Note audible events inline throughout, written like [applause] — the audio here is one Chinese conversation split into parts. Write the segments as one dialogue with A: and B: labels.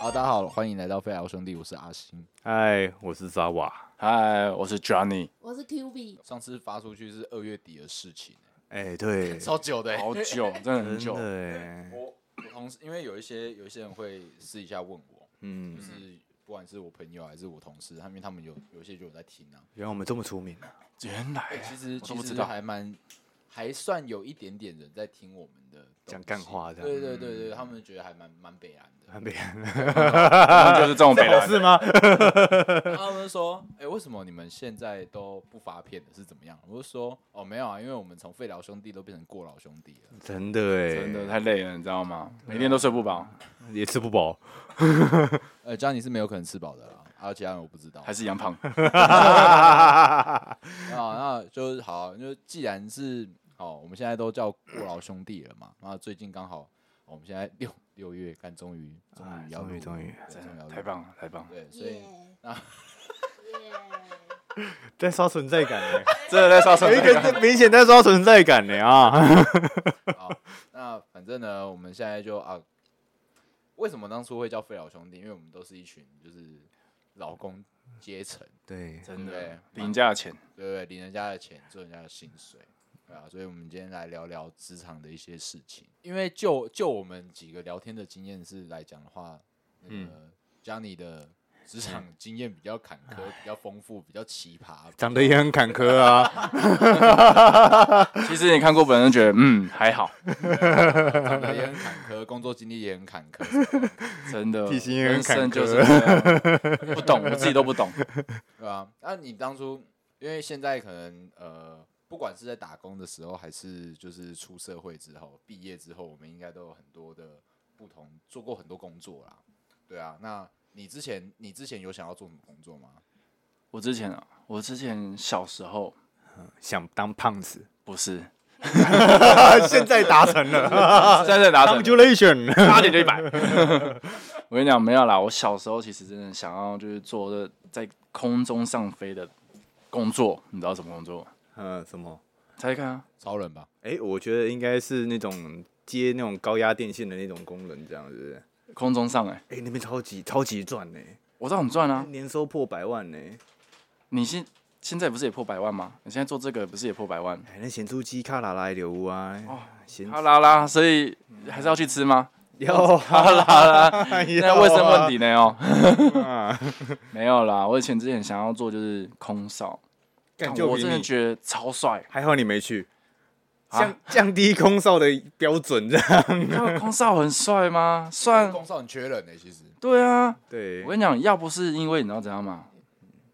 A: 大家好，欢迎来到飞豪兄弟，我是阿星。
B: 嗨，我是扎瓦。
C: 嗨，我是 Johnny，
D: 我是 Q B，
A: 上次发出去是二月底的事情、
B: 哎、 [laughs] 对，
A: 超久的、欸。
C: 好久，真的很久
B: 真的。哎，
A: 我我同事因为有一些有一些人会私底下问我，
B: 嗯
A: 就，是不管是我朋友还是我同事，他们因为他们有有一些就有在听啊。哎
B: 原来我们这么出名啊！ [laughs]
C: 原来
A: 其实
C: 哎我都
A: 其
C: 不知
A: 实
C: 道
A: 还蛮还算有一点点人在听我们的东西
B: 讲干话这样
A: 对对对对，他们觉得还蛮蛮北岸的。
B: 很北
C: 他们 [laughs] 就是这种北南
B: 哦是吗？
A: 他们说：“哎、为什么你们现在都不发片的？是怎么样？”我就说：“哦，没有啊，因为我们从废老兄弟都变成过老兄弟了。
B: 真的哎，
C: 真的太累了，你知道吗？
B: 啊
C: 每天都睡不饱，
B: 也吃不 [laughs] 饱，
A: 呃，家你是没有可能吃饱的啦，而其他人我不知道。
C: 还是杨胖。
A: 啊，那就是好，就既然是好，我们现在都叫过劳兄弟了嘛。那最近刚好，我们现在六六月，看终于终
B: 哎
A: 于要
B: 终于
A: 录
B: 终于
A: 对终于要录
C: 太棒了，太棒了！
A: 对，所以
D: 耶，
C: 啊
D: 耶，
B: 在刷存在 [laughs] 感欸呢，
C: 真的在烧伤
B: 有一个人在明显在刷存在感呢 [laughs] 啊！
A: 好，那反正呢，我们现在就啊，为什么当初会叫废老兄弟？因为我们都是一群就是老工阶层，
B: 对，
C: 真
A: 对
C: 的零价钱，
A: 对不对？领人家的钱，赚人家的薪水，对啊。所以，我们今天来聊聊职场的一些事情。因为就就我们几个聊天的经验是来讲的话，那个加你的职场经验比较坎坷，比较丰富，比较奇葩。
B: 长得也很坎坷 [laughs] 啊，
C: 其实你看过本人就觉得，嗯，还好，
A: 长得也很坎坷，工作经历也很坎坷。什么的
C: 真的。
B: 体型也很
C: 人
B: 坎坷
C: 生就是这样不懂，我自己都不懂。
A: 对啊，那你当初因为现在可能呃，不管是在打工的时候，还是就是出社会之后、毕业之后，我们应该都有很多的不同，做过很多工作啦。对啊，那你之前你之前有想要做什么工作吗？
C: 我之前啊，我之前小时候
B: 想当胖 [laughs] 子，
C: 不是，
B: 啊现在达成 [laughs] 了
C: 现在拿着
B: [laughs] ，congratulation，
C: 差点就一百。 [laughs] 我跟你讲，没有啦，我小时候其实真的想要就是做的在空中上飞的工作，你知道什么工作吗？
B: 嗯，什么？
C: 猜猜看啊，
A: 超人吧，
B: 哎，我觉得应该是那种接那种高压电线的那种工人，这样子。
C: 空中上哎、
B: 哎、那边超级超级赚呢、
C: 我知道很赚啊。
B: 年收破百万呢、
C: 你现现在不是也破百万吗？你现在做这个不是也破百万？
B: 哎、那咸猪鸡卡拉拉流啊，哦，咸 [laughs] 啊
C: 哈啦啦，所以还是要去吃 [laughs] 吗？
B: 要
C: 哈
B: [laughs]
C: 啦啦，
B: 那
C: 哦那卫生问题呢？ [laughs] 哦，
B: 啊，
C: 没有啦，我以前之前想要做就是空少，
B: 干
C: 干
B: 就
C: 我
B: 比
C: 真的
B: 你
C: 觉得超帅。
B: 还好你没去，
C: 啊
B: 降、降低空少的标准这样。
C: 你看空少很帅吗？
A: 但
C: 算
A: 工少很缺人呢、其实
C: 对啊，
B: 对
C: 我，跟你讲，要不是因为你知道怎样吗？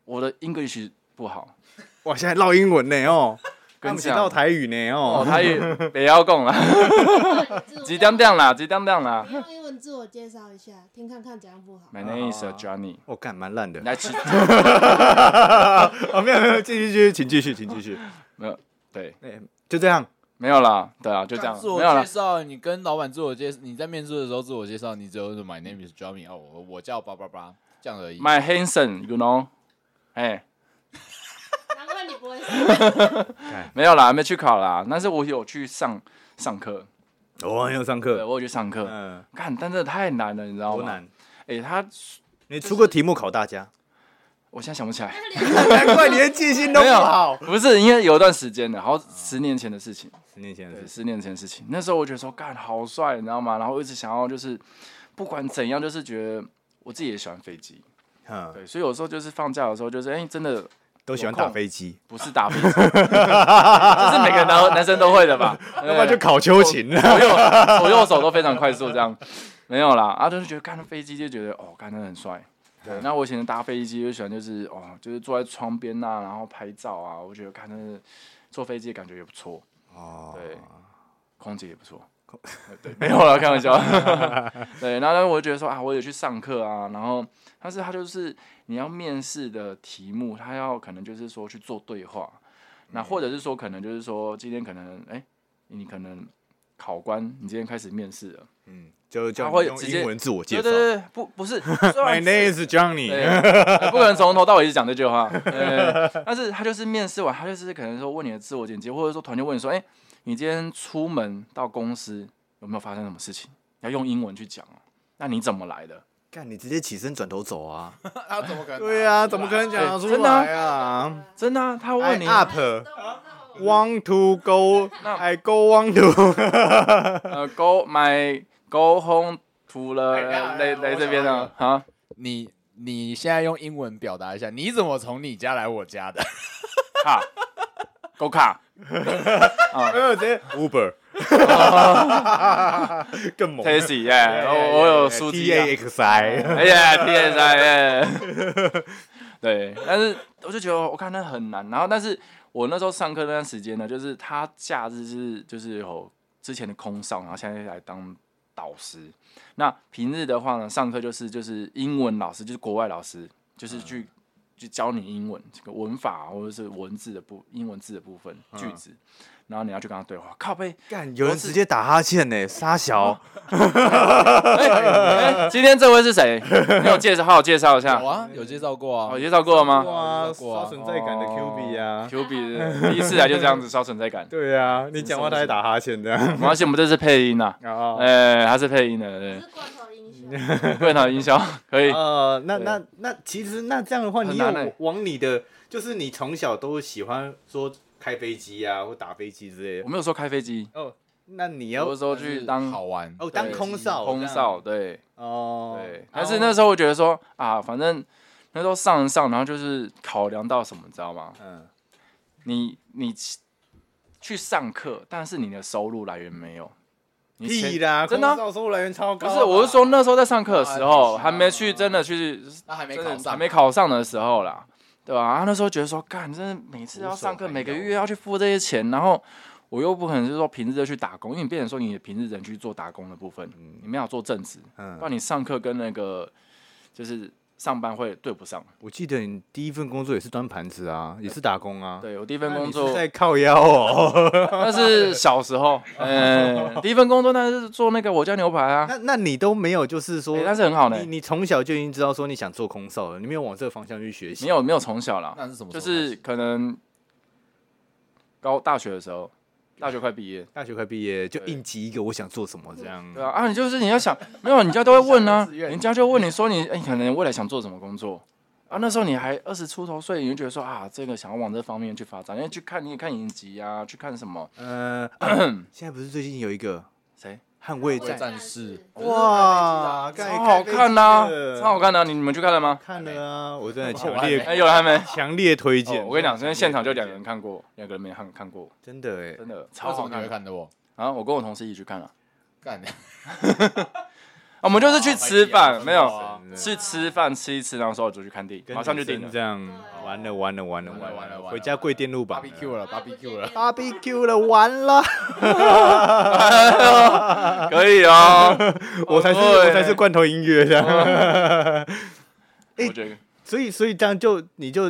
C: 我的 English 不好，
B: 哇，现在唠英文呢、哦，
C: 跟
B: 跟
C: 你
B: 不
C: 讲
B: 到台语呢
C: 哦，
B: 哦，
C: 他也不要讲啦，几点点啦，几点点啦
D: 你用英文自我介绍一下，听看看怎样不好。
C: ？My name
B: [laughs] 哦
C: is Johnny，
B: 我干蛮烂的
C: 你。来吃 [laughs]
B: 哦，没有没有，继续继续，请继续，请继续。
C: [laughs] 没有？对，
B: 哎、就这样，
C: 没有啦，对啊，就这样，
A: 自我
C: 没有啦
A: 介。绍，你跟老板自我介绍，你在面试的时候自我介绍，你只有说 My name is Johnny，哦，我我叫叭叭叭，这样而 [laughs] 已。
C: My handsome，you know，哎，
D: 难怪你不会说，
C: 没有啦，没去考啦，但是我有去上上课，
B: 我、哦、要上
C: 对
B: 课，
C: 我有去上课，
B: 嗯，
C: 看，但真的太难了，你知道
B: 多
C: 吗？
B: 难？
C: 哎，他，
B: 你出个题目考大
C: [laughs]
B: 家，
C: 我现在想不起来， [laughs]
B: 难怪你的记性都不
C: 没有啊
B: 好。
C: 不是，因为有一段时间了，好十年前的事情。
B: 十年前的
C: 对，
B: 事，
C: 十年前的事情。那时候我觉得说，干好帅，你知道吗？然后我一直想要就是，不管怎样，就是觉得我自己也喜欢飞机。
B: 嗯，
C: 对，所以有时候就是放假的时候，就是哎、真的
B: 都喜欢打飞机，
C: 不是打飞机， [laughs] 这是每个男男生都会的吧？
B: 要不然就考秋勤了。
C: 左右左右手都非常快速，这样没有啦。啊，就是觉得看飞机就觉得哦，看真的很帅。对，那我以前搭飞机就喜欢就是哦，就是坐在窗边呐、然后拍照啊，我觉得看真的坐飞机感觉也不错。
B: 哦
C: 对，空姐也不错。 [laughs] 对，没有了，开玩笑。
B: [laughs]
C: 对，然后我就觉得说啊，我有去上课啊，然后但是他就是你要面试的题目，他要可能就是说去做对话，
B: 嗯
C: 那或者是说可能就是说今天可能哎、你可能考官你今天开始面试了，
B: 嗯，就
C: 他
B: 叫
C: 会
B: 你用
C: 直接
B: 英文自我介绍。
C: 对对对，不不
B: [laughs]
C: 是虽
B: My
C: 然
B: name is
C: 对
B: Johnny。
C: 呃不可能从头到尾一直讲这句话。对，但是他就是面试完，他就是可能说问你的自我简介，或者说团队问你说，哎、你今天出门到公司有没有发生什么事情？要用英文去讲哦。那你怎么来的？
B: 干，你直接起身转头走啊！
A: 他怎么可能？
B: 对啊，怎么可能讲得出
C: 真的啊
B: 来啊
C: 真的啊、他问你
A: 哎
B: I up？Want to go?
C: 那
B: I go want [laughs] to
C: 呃，go my go home to 了，
A: 哎
C: 来
A: 呀
C: 来
A: 我
C: 这边
A: 想
C: 了
A: 到
C: 啊，
A: 你你现在用英文表达一下，你怎么从你家来我家的？
C: 卡，go 卡，
B: 没有直接 [laughs] Uber，更猛
C: t a s y 耶，哎我我有书记啊
B: 哎 T A X I，
C: [laughs] 哎呀，T S I 哎， [laughs] 对，但是我就觉得我看那很难，然后但是我那时候上课那段时间呢，就是他假日是就是有之前的空少，然后现在来当导师。那平日的话呢，上课就是就是英文老师，就是国外老师，就是去、去教你英文这个文法啊或者是文字的部英文字的部分句子，然后你要去跟他对话。靠背，
B: 干有人直接打哈欠呢，沙小，
C: 哎今天这位是谁？你有介绍，好好介绍一下
A: 有。啊，有介绍过啊
C: 我。介绍过了吗？
A: 哇
B: 刷存在感的
C: 哦
B: Q B 啊，。
C: Q 币第一次来就这样子刷存在感
B: 对啊，你讲话他还打哈欠这样，
C: 没关系，我们这是配音呐、
B: 啊
C: 哎、他是配音的，
D: 是
C: 对，
D: 罐头英雄，
C: 不能打音效，可以。
B: 呃，那
C: 对
B: 那那其实那这样的话，
C: 很
B: 你
C: 难欸
B: 有往你的，就是你从小都喜欢说开飞机啊，或打飞机之类
C: 我
B: 的。
C: 没有说开飞机，
B: 哦，那你
C: 我
B: 要
C: 是说去当
A: 好玩
B: 哦当
C: 对
B: 空少，
C: 空少，对
B: 哦，
C: 对。
B: 然
C: 但
B: 后
C: 是那时候我觉得说啊，反正那时候上一上，然后就是考量到什么，你知道吗？ [laughs]
B: 嗯，
C: 你你去去上课，但是你的收入来源没有。你钱
B: 屁啦，
C: 真的啊
B: 空少收入来源超高
C: 不
B: 啊。
C: 是，我是说那时候在上课的时候，
A: 啊
C: 还没去真的去
A: 那还没
C: 真的
A: 考上，
C: 还没。考上的时候啦，对吧、啊？那时候觉得说，干，真的每次要上
A: 无所不
C: 课，
A: 用
C: 每个月要去付这些钱，然后我又不可能是说平日就去打工，因为你变成说你的平日人去做打工的部分，你没有做正职，不
B: 嗯，
C: 然你上课跟那个就是上班会对不上。
B: 我记得你第一份工作也是端盘子啊，也是打工啊。
C: 对我第一
B: 那
C: 份
B: 你
C: 工
B: 是
C: 作，
B: 在靠腰
C: [laughs]
B: 哦。
C: 那是小时候，嗯、第一份工作那是做那个我家牛排啊，
B: 那那你都没有，就是说
C: 哎，但是很好呢、
B: 你你从小就已经知道说你想做空少了，你没有往这个方向去学习。
C: 没有没有从小啦，
A: 那是什么时
C: 就
A: 候开始？
C: 是可能高大学的时候，大学快毕业。
B: 大学快毕业就
C: 对
B: 应急一个我想做什么这样。
C: 对啊，啊，你就是你要想，没有，人家都会问啊，
A: 自愿
C: 人家就问你说你，哎、你可能未来想做什么工作啊？那时候你还二十出头岁，你就觉得说啊，这个想要往这方面去发展，因为去看你也看影集啊，去看什么 [clears throat]
B: 呃，现在不是最近有一个
C: 谁，
B: 《捍卫
A: 对
B: 战
A: 战啊士，
B: 哇，
A: 就是
B: 盖
C: 超好看呐、超好
B: 看
C: 看呐、啊你你们去看了吗？
B: 看了啊！我真的
A: 我
B: 强
A: 还
C: 哎、
B: 烈
C: 有了还没？
B: 强烈推
C: 哦
B: 荐。
C: 我跟你讲，今天现场就两个
B: 人，
C: 人看过，两个人没看看过，
B: 真的哎，
C: 真的超
A: 为什么
C: 好
A: 你
C: 看
A: 会。看的我？
C: 然后我跟我同事一起去看了、啊，
A: [laughs] 干，
C: 我们就是去吃饭，
A: 哦
C: 没有
A: 哇
B: 真的
C: 去吃饭吃一吃，然后说我就去看电影，
B: 跟
C: 马上就
B: 女生
C: 定了。
B: [laughs] 这样
D: 对
B: 完了完了完了
A: 完了完了完了
B: 回家跪电路板了。
A: ，BBQ 了，BBQ 了，
B: BBQ 了，完了！
C: [laughs] 可以哦，
B: [laughs] 我才是
C: 对
B: 我才是罐头音乐这样。
C: 哦我觉得
B: 所以所以这样就你就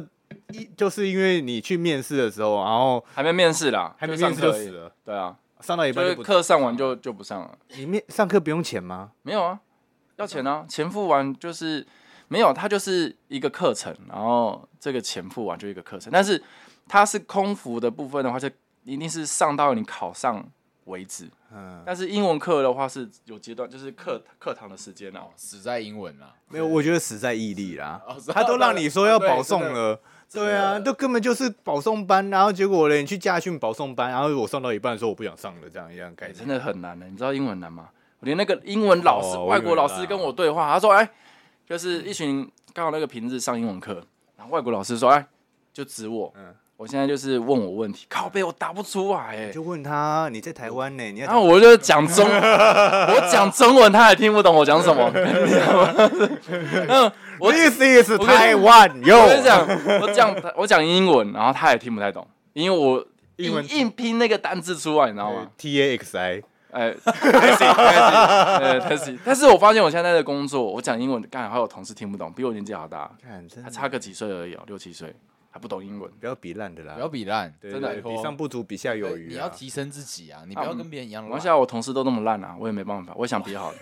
B: 一就是因为你去面试的时候，然后
C: 还没面试啦，
B: 还没
C: 就上
B: 面试就
C: 课而已
B: 死了，
C: 对啊，
B: 上到一
C: 就
B: 半
C: 是
B: 就不
C: 课上完就就不上了。
B: 你面上课不用钱吗？
C: 没有啊，要钱啊，钱付完就是没有，它就是一个课程，然后这个钱付完就一个课程，但是它是空服的部分的话，就一定是上到你考上为止。
B: 嗯，
C: 但是英文课的话是有阶段，就是课课堂的时间啊
A: 哦。死在英文了。
B: 没有，我觉得死在毅力啦
A: 哦。
C: 啊
B: 他都让你说要保送
A: 对真
B: 了，对啊，都根本就是保送班，然后结果嘞，你去驾训保送班，然后我上到一半说我不想上了，这样一样概
C: 哎，
B: 念。
C: 真的很难的、你知道英文难吗？我连那个英文老师、
B: 哦我以为
C: 外国老师跟我对话，他说：“哎、就是一群刚好那个平日上英文课，然后外国老师说：‘哎、就指我。’
B: 嗯
C: 我现在就是问我问题，靠背我答不出来、哎
B: 你就问他你在台湾呢，你要
C: 然后我就讲中，我讲中文，他还听不懂我讲什么。你知道吗嗯，我
B: This is
C: 我跟你
B: 台湾
C: 我跟你
B: [laughs] 哟。
C: 讲，我讲我讲英文，然后他也听不太懂，因为我
B: 英文
C: 硬硬拼那个单字出来，你知道吗？
B: T A X I，
C: 哎 t a x i t a x i 哎但是我发现我现在的工作，我讲英文，干还有同事听不懂，比我年纪好大，
B: 看真
C: 还
B: 的
C: 差个几岁而已、哦，六七岁，还不懂英文。
B: 不要比烂的
C: 啊
A: 不要
B: 啦，
A: 比烂，
B: 对
C: 真的哎
B: 对比上不足，比下有余啊。
A: 你要提升自己啊！你不要跟别人一样
C: 我
A: 烂。
C: 现在我同事都那么烂啊，我也没办法，我也想比好了。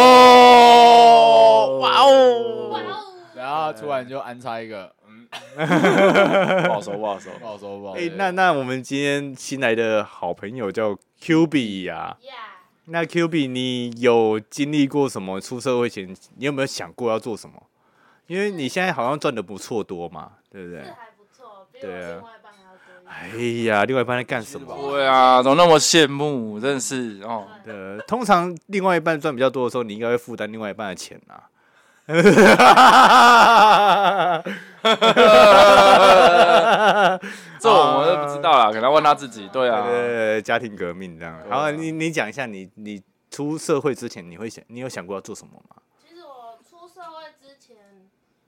B: 哦，哇哦！
D: 哇哦，
A: 然后突然就安插一个，嗯，
C: [laughs] 不好说，不好说。
A: 不好说不好
B: 哎、
A: 说。
B: 那那我们今天新来的好朋友叫 Q B 啊呀、
D: 呀，
B: 那 Q B，你有经历过什么？出社会前，你有没有想过要做什么？因为你现在好像赚的不错多嘛，对不对
D: 是？啊还不错，比我
B: 对啊
D: 另外一半还要多一点。
B: 哎呀，另外一半在干什么？
C: [laughs] 对啊，怎么那么羡慕？真的是哦，
B: 呃，通常另外一半赚比较多的时候，你应该会负担另外一半的钱啊。
C: 这我们都不知道啦，可能要问他自己。啊对啊，
B: 呃，家庭革命这样。
C: 对啊
B: 好啊，你你讲一下你，你出社会之前，你会想，你有想过要做什么吗？
D: 其实我出社会之前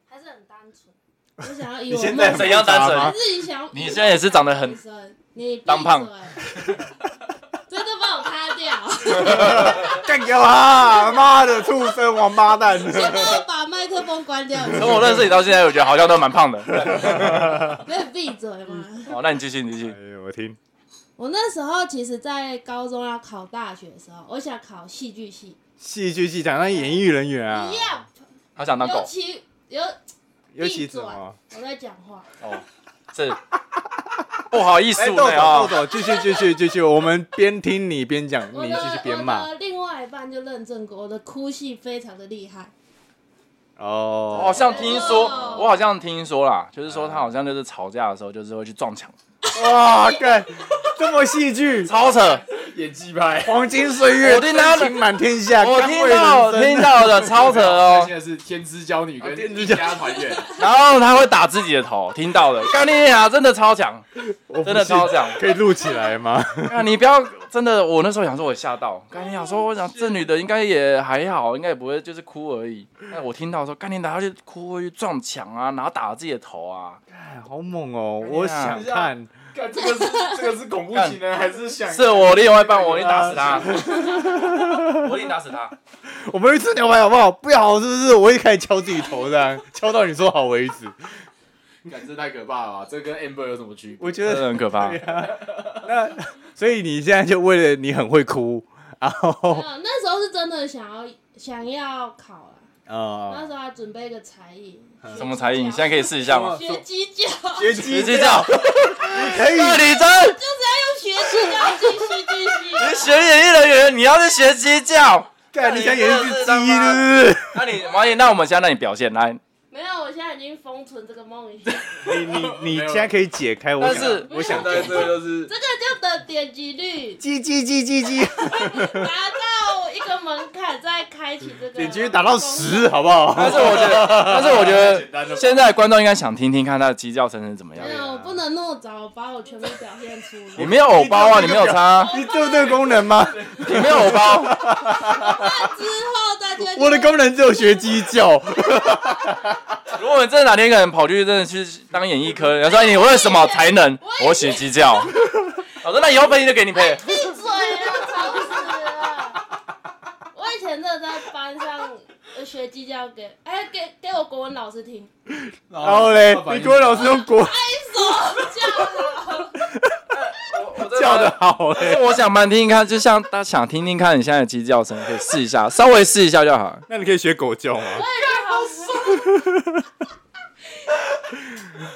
D: 还是很单纯，我想要以我
B: 现在很
D: 梦想
C: 怎样单
D: 还
C: 纯？
D: 是你想要？
C: 你现在也是长得很
D: 女生，你闭
C: 当胖
D: 嘴， [laughs] 真的帮我擦
C: [laughs]
D: 掉，
B: 干掉他！妈的，畜生王八蛋！
D: 先帮我把麦克风关掉。
C: [laughs] 从我认识你到现在，我觉得好像都蛮胖的。 [laughs]
D: 可以闭嘴吗？
C: 哦，那你继续，你继
B: [laughs]
C: 续。
B: 哎呦，我听，
D: 我那时候其实，在高中要考大学的时候，我想考戏剧系，
B: 戏剧系长当演艺人员啊
D: 一，样，
C: 他想当
D: 尤
C: 狗
D: 其尤
B: 尤其
D: 闭
B: 什
D: 嘴，
B: 么？
D: 我在讲话，
C: 哦，是不好意思
B: 哎，
C: 呢
B: 豆
C: 啊
B: 豆豆。豆，继续继续继续，我们边听你边讲，
D: 我
B: 你
D: 的
B: 继续边骂
D: 我的另外一半就认证过，我的哭戏非常的厉害，
B: 哦。
C: 我好像听说，
D: 哦
C: 我好像听说啦，就是说他好像就是吵架的时候，就是会去撞墙，
B: 哇，干这么戏剧，
C: 超扯。
A: 演技派。
B: 黄金岁月，
C: 我听到了
B: 真情满天下，
C: 我
B: 甘
C: 听
B: 为
C: 到
B: 人生啊
C: 听到 [laughs] 的超扯哦
A: 现，在是天之娇女跟
B: 天之
A: 一
B: 娇
A: 家团圆，
C: 然后他会打自己的头，听到的，干你啊，真的超强，
B: 我不
C: 真的
B: 信
C: 超强
B: 可以录起来吗？
C: 啊，你不要真的，我那时候想说，我吓到，干你啊，说我想这女的应该也还好，应该也不会就是哭而已。但我听到说，干你拿去哭，会去撞墙啊，然后打自己的头啊，
B: 哎好猛哦！
C: 哎呀
B: 我想看，
A: 看这个是 [laughs] 这个是恐怖情人还是想
C: 是我另外一半，我一定打死他， [laughs] 我一定打死他。
B: 我们去吃牛排好不好？不好是不是？我一开始敲自己头这样，敲到你说好为止。
A: 感这太可怕了吧？这跟 Amber 有什么区别？
B: 我觉
C: 真
B: 得
C: 的很可怕。
B: 所以你现在就为了你很会哭，然
C: 哦
D: 没
B: 后
D: 有那时候是真的想要想要考了。那
B: 啊，
D: 时候还准备一个才艺，
C: 哦什么才艺？你现在可
D: 以
C: 以试一下 [laughs] 吗？
D: 学鸡叫，
B: 学鸡
C: 直接叫，
B: 可以
C: 那你真，
D: 就是要用学鸡叫进戏剧
C: 你
D: 系。
C: 学演艺人员，你要去学鸡叫。
B: 干，你想演一只鸡，
C: 那你真的是
B: 对
C: 那你王爷，那我们现在让你表现来，
D: 没有，我现在已经封存这个梦想，
B: 不对？你你你现在可以解开，我
C: [laughs] 但
B: 想
C: 是
B: 我想
A: 现在这个就是
D: 这个就等点击率
B: 鸡鸡鸡鸡鸡，
D: 达到一个门槛，再开启这个
B: 点击率打到十，好不好？
C: 但是我觉得， [laughs] 但是我觉
A: 简单了
C: 得
A: 吧
C: 现在观众应该想听听看他的鸡叫声是怎么样 [laughs]
D: 没。有，我不能那么早把我全部表现出来。
C: 你没有偶包啊，你没有擦，
B: 你对不对功能吗？
C: 你没有偶包，
D: 之后大家
B: 我的功能只有学鸡叫。
C: 如果你真的哪天一个人跑去真的去当演艺 [laughs] 科，人家说哎你为什么才能？我学鸡叫。 [laughs] 我说那以后培训就给你配。
D: 闭嘴了，吵死了！我以前真的在班上呃学鸡叫给，哎、给给我国文老师
B: [laughs]
D: 听，
B: 然后嘞，
C: 哦
B: 你国文老师用国
D: 手叫
B: 叫的好嘞。
C: 我想蛮听听看，就像大家想听听看你现在的鸡叫声，可以试一下，稍微试一下就好。
B: 那你可以学狗叫吗？
D: 好爽！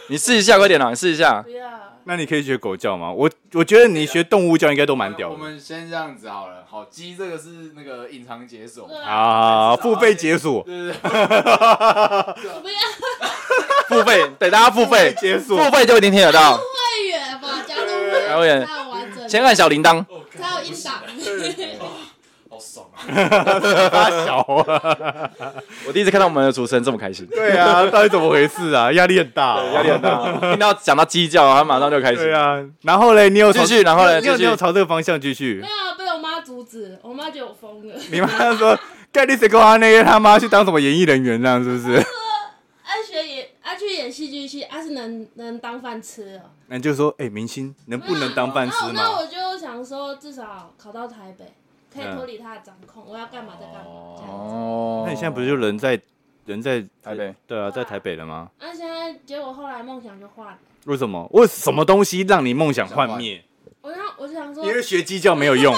C: 你试一下，快点啊啦，你试一下
D: 不。要，
B: 那你可以学狗叫吗？我我觉得你学动物叫应该都蛮屌
A: 我
B: 的。
A: 们先这样子好了，好鸡这个是那个隐藏解锁，
D: 对啊，
B: 啊，付费解锁，
A: 对对
D: 我不要
C: [laughs] 付费，对大家付费，
B: 解锁，
C: 付费就一定听得到。
D: 会员嘛，加入会员，
C: 会员
D: 才有完整
C: 先
D: 的，
C: 按小铃铛，
D: 才有音档。
A: 好爽啊！
B: 发小啊。
C: 我第一次看到我们的主持人这么开心，
B: 对
C: [laughs]
B: 啊，到底怎么回事啊？压力很大，
C: 压力很。大。听到讲到鸡叫，他马上就开
B: 对
C: 心。
B: 啊，然后嘞，你有朝
C: 继续然后嘞
B: 你有
C: 继
B: 你
C: 续
B: 有朝这个方向继续
D: 没。有被我妈阻止，我妈觉得我疯了。
B: 你妈说，盖你谁跟我那个他妈去当什么演艺人员这啊样是不是？ [laughs]
D: 爱学演，爱去演戏剧系，爱是能能当饭吃哦。
B: 那你就说，哎，明星能不能当饭
D: 那我
B: 吃
D: 那
B: 嘛？
D: 我就想说，至少考到台北，可以脱离他的掌控，我要干嘛再干嘛这样子。
C: 哦
B: 那你现在不是就人在人在
C: 台北？
B: 对啊，在台北了吗？
D: 那、现在结果后来梦想就换了，
B: 为什么？为什么东西让你梦想幻灭？
D: 我想我就想说，
B: 因为学鸡叫没有
C: [laughs]
B: 用。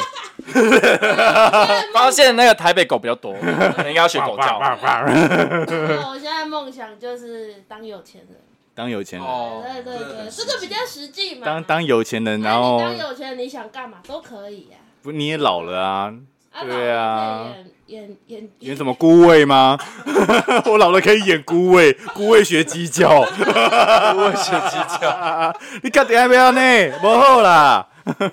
C: 发现那个台北狗比较多，应该要学狗叫。
D: 哦我现在梦想就是当有钱人。
B: 当有钱人，
D: 对对对，这个比较实际嘛。
B: 当当有钱人，
D: 啊
B: 然后
D: 你当有钱人，你想干嘛都可以呀、
B: 不你也老了啊，
D: 啊。啊
B: 对啊
D: 老了可以演演
B: 演什么孤味吗？ [laughs] 我老了可以演孤味，孤味学鸡叫，
C: 不会写鸡叫，
B: [laughs] 你搞点不要呢？不好啦。 [laughs]